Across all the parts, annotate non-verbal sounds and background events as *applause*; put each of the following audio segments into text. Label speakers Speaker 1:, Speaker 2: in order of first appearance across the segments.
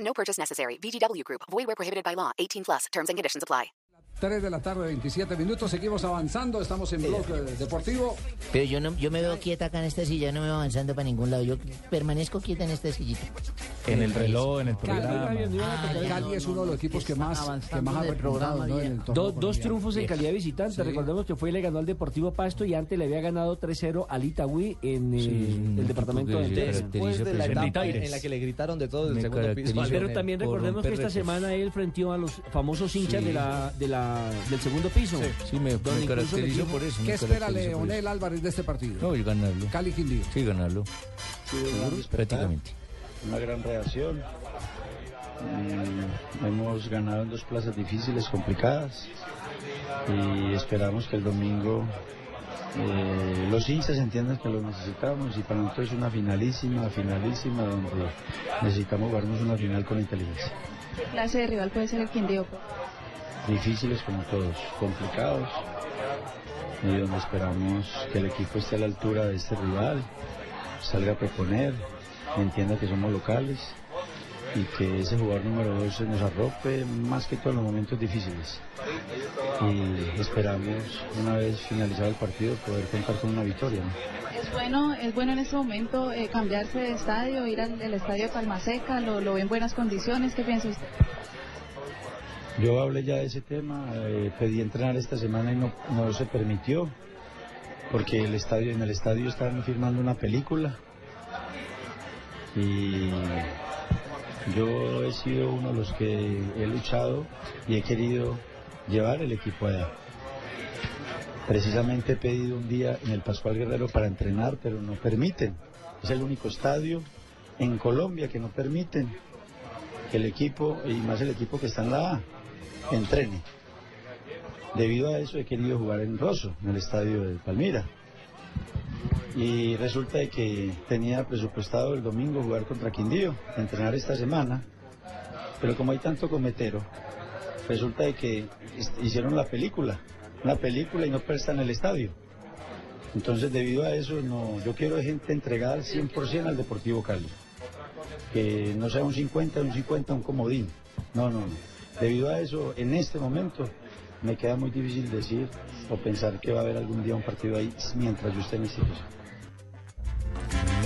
Speaker 1: No purchase necessary. VGW Group. Void where prohibited by law. 18 plus. Terms and conditions apply.
Speaker 2: 3 de la tarde, 27 minutos. Seguimos avanzando. Estamos en bloque deportivo.
Speaker 3: Pero yo no, yo me veo quieta acá en esta silla, no me veo avanzando para ningún lado. Yo permanezco quieta en este esta sillita.
Speaker 4: En el reloj, en el
Speaker 2: Cali, Ah,
Speaker 4: programa.
Speaker 3: ya,
Speaker 2: Cali
Speaker 3: no,
Speaker 2: es
Speaker 3: no,
Speaker 2: uno de
Speaker 3: no,
Speaker 2: los equipos que
Speaker 3: están
Speaker 2: más, que
Speaker 3: avanzando
Speaker 2: más ha
Speaker 3: en el
Speaker 2: retornado
Speaker 3: programa,
Speaker 2: ¿no?
Speaker 3: ya.
Speaker 2: en el torneo.
Speaker 5: Do- dos
Speaker 2: colombiano.
Speaker 5: triunfos en calidad de visitante. Recordemos que fue y le ganó al Deportivo Pasto y antes le había ganado 3-0 al Itagüí en eh, el departamento de Antioquia.
Speaker 6: Después de la
Speaker 4: presidente.
Speaker 6: etapa
Speaker 4: Bendita
Speaker 6: en
Speaker 4: Aires.
Speaker 6: la que le gritaron de todo
Speaker 4: Me
Speaker 6: el segundo piso.
Speaker 4: caracterizo.
Speaker 6: Alberto,
Speaker 4: Pero
Speaker 5: Pero también
Speaker 6: por
Speaker 5: recordemos que
Speaker 6: romper
Speaker 5: esta
Speaker 6: récords.
Speaker 5: semana él frenteó a los famosos hinchas
Speaker 6: Sí.
Speaker 5: de la, de la, del segundo piso.
Speaker 4: Sí, me,
Speaker 5: Donde
Speaker 4: me
Speaker 5: incluso
Speaker 4: caracterizo
Speaker 5: metió-
Speaker 4: por eso.
Speaker 2: ¿Qué
Speaker 4: me
Speaker 2: espera
Speaker 4: caracterizo por
Speaker 2: Leonel
Speaker 4: eso.
Speaker 2: Álvarez de este partido?
Speaker 4: No, el ganarlo.
Speaker 2: Cali Quindío.
Speaker 4: Sí, ganarlo. Prácticamente.
Speaker 7: una gran reacción. Mm, hemos ganado en dos plazas difíciles, complicadas, y esperamos que el domingo eh, los hinchas entiendan que lo necesitamos y para nosotros es una finalísima, finalísima, donde necesitamos jugarnos una final con inteligencia.
Speaker 8: ¿Qué clase de rival puede ser el quien dio?
Speaker 7: Difíciles como todos, complicados, y donde esperamos que el equipo esté a la altura de este rival, salga a proponer, entienda que somos locales y que ese jugador número 12 nos arrope más que todo en los momentos difíciles. Y esperamos, una vez finalizado el partido, poder contar con una victoria. ¿no?
Speaker 8: ¿Es bueno, es bueno en este momento eh, cambiarse de estadio, ir al, al estadio Palmaseca? ¿Lo, ¿Lo ve en buenas condiciones? ¿Qué piensa usted?
Speaker 7: Yo hablé ya de ese tema, eh, pedí entrenar esta semana y no, no se permitió, porque el estadio, en el estadio estaban firmando una película. Y yo he sido uno de los que he luchado y he querido llevar el equipo allá. Precisamente he pedido un día en el Pascual Guerrero para entrenar, pero no permiten. Es el único estadio en Colombia que no permiten que el equipo, y más el equipo que está en la A, entrene. Debido a eso he querido jugar en Rosso, en el estadio de Palmira. Y resulta de que tenía presupuestado el domingo jugar contra Quindío, entrenar esta semana, pero como hay tanto cometero, resulta de que est- hicieron la película, una película y no prestan el estadio. Entonces debido a eso, no, yo quiero gente entregada al 100% al Deportivo Cali que no sea un 50, un 50, un comodín. No, no, no. Debido a eso, en este momento me queda muy difícil decir o pensar que va a haber algún día un partido ahí mientras yo esté en institución.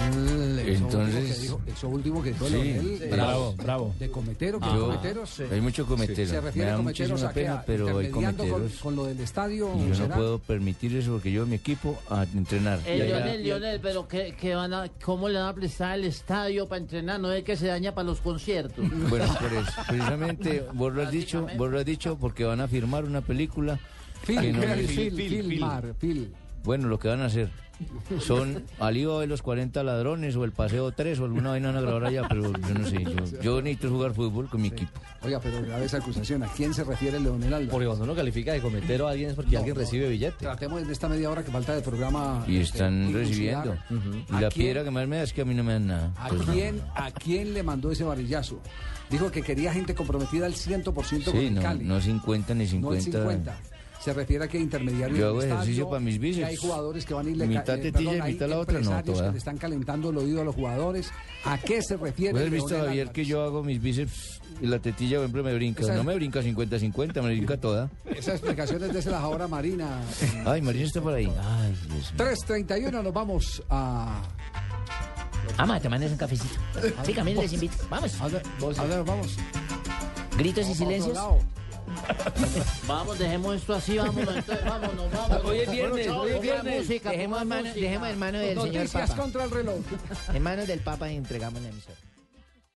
Speaker 4: Entonces-
Speaker 2: Eso último que dijo- Eso último que dijo
Speaker 4: Sí,
Speaker 2: Leonel. eh,
Speaker 4: sí. Bravo, bravo.
Speaker 2: De cometero, que
Speaker 4: Yo-
Speaker 2: cometeros. eh, se-
Speaker 4: Hay mucho cometero.
Speaker 2: Se
Speaker 4: Me
Speaker 2: refiere a
Speaker 4: da
Speaker 2: cometeros
Speaker 4: muchísima
Speaker 2: a que
Speaker 4: pena,
Speaker 2: a-
Speaker 4: pero hay
Speaker 2: intermediando con,
Speaker 4: cometeros.
Speaker 2: con lo del estadio.
Speaker 4: Y yo no
Speaker 2: ¿será?
Speaker 4: puedo permitir eso porque llevo a mi equipo a entrenar.
Speaker 3: Eh,
Speaker 4: Y allá-
Speaker 3: Lionel, Lionel, pero ¿qué, qué van a, ¿cómo le van a prestar el estadio para entrenar? No es que se daña para los conciertos.
Speaker 4: Bueno, por eso, precisamente vos lo has dicho, vos lo has dicho porque van a firmar una película
Speaker 2: Fil,
Speaker 4: que no
Speaker 2: Cali,
Speaker 4: les-
Speaker 2: Fil, Filmar, Fil.
Speaker 4: Bueno, lo que van a hacer son Alíbaba y los 40 ladrones o el Paseo 3 o alguna vaina van a grabar allá, pero yo no sé. Yo, yo necesito jugar fútbol con mi equipo.
Speaker 2: Oiga, pero grave esa acusación. ¿A quién se refiere Leonel Álvarez?
Speaker 6: Porque cuando uno califica de cometero a alguien es porque alguien recibe billete.
Speaker 2: Tratemos en esta media hora que falta de programa.
Speaker 4: Y
Speaker 2: eh,
Speaker 4: están
Speaker 2: dilucidar
Speaker 4: recibiendo.
Speaker 2: a
Speaker 4: Y la
Speaker 2: quién-
Speaker 4: piedra que más me da es que a mí no me dan nada.
Speaker 2: ¿A
Speaker 4: Pues,
Speaker 2: quién, ¿A quién le mandó ese varillazo? Dijo que quería gente comprometida al 100% con
Speaker 4: Sí,
Speaker 2: el
Speaker 4: no,
Speaker 2: Cali.
Speaker 4: no 50 ni
Speaker 2: No el
Speaker 4: 50.
Speaker 2: 50. Se refiere a que intermediarios.
Speaker 4: Yo
Speaker 2: del
Speaker 4: hago ejercicio
Speaker 2: estadio,
Speaker 4: para mis bíceps.
Speaker 2: que Hay jugadores que van y le ca-
Speaker 4: Mitad
Speaker 2: eh,
Speaker 4: tetilla y
Speaker 2: hay
Speaker 4: mitad la otra, no,
Speaker 2: empresarios que
Speaker 4: toda.
Speaker 2: le están calentando el oído a los jugadores. ¿A qué se refiere?
Speaker 4: ¿Vos has Pues visto,
Speaker 2: Leonel
Speaker 4: Javier,
Speaker 2: Álvarez?
Speaker 4: que yo hago mis bíceps y la tetilla, por ejemplo, me brinca?
Speaker 2: Esa es-
Speaker 4: No me brinca 50-50, me brinca toda.
Speaker 2: Esa explicación es de la ahora
Speaker 4: *laughs*
Speaker 2: Marina.
Speaker 4: Ay, Marina está por ahí. Ay, Dios mío.
Speaker 2: 3.31 nos vamos a...
Speaker 3: Ama, Ah, te mandes un cafecito. Sí, Camilo, les invito. Vamos.
Speaker 2: ¿A dónde- a dónde nos vamos?
Speaker 3: Gritos
Speaker 2: Vamos
Speaker 3: y
Speaker 2: a otro
Speaker 3: silencios.
Speaker 2: lado.
Speaker 3: Vamos, dejemos esto así, vámonos, entonces, vámonos, vámonos.
Speaker 5: Hoy es viernes,
Speaker 3: Bueno, chao,
Speaker 5: hoy es
Speaker 3: ponga
Speaker 5: viernes.
Speaker 3: música,
Speaker 5: Dejemos
Speaker 3: ponga
Speaker 5: en mano-
Speaker 3: música.
Speaker 6: dejemos en mano del
Speaker 3: Noticias
Speaker 2: Noticias contra el reloj.
Speaker 3: En manos del Papa entregamos la emisora.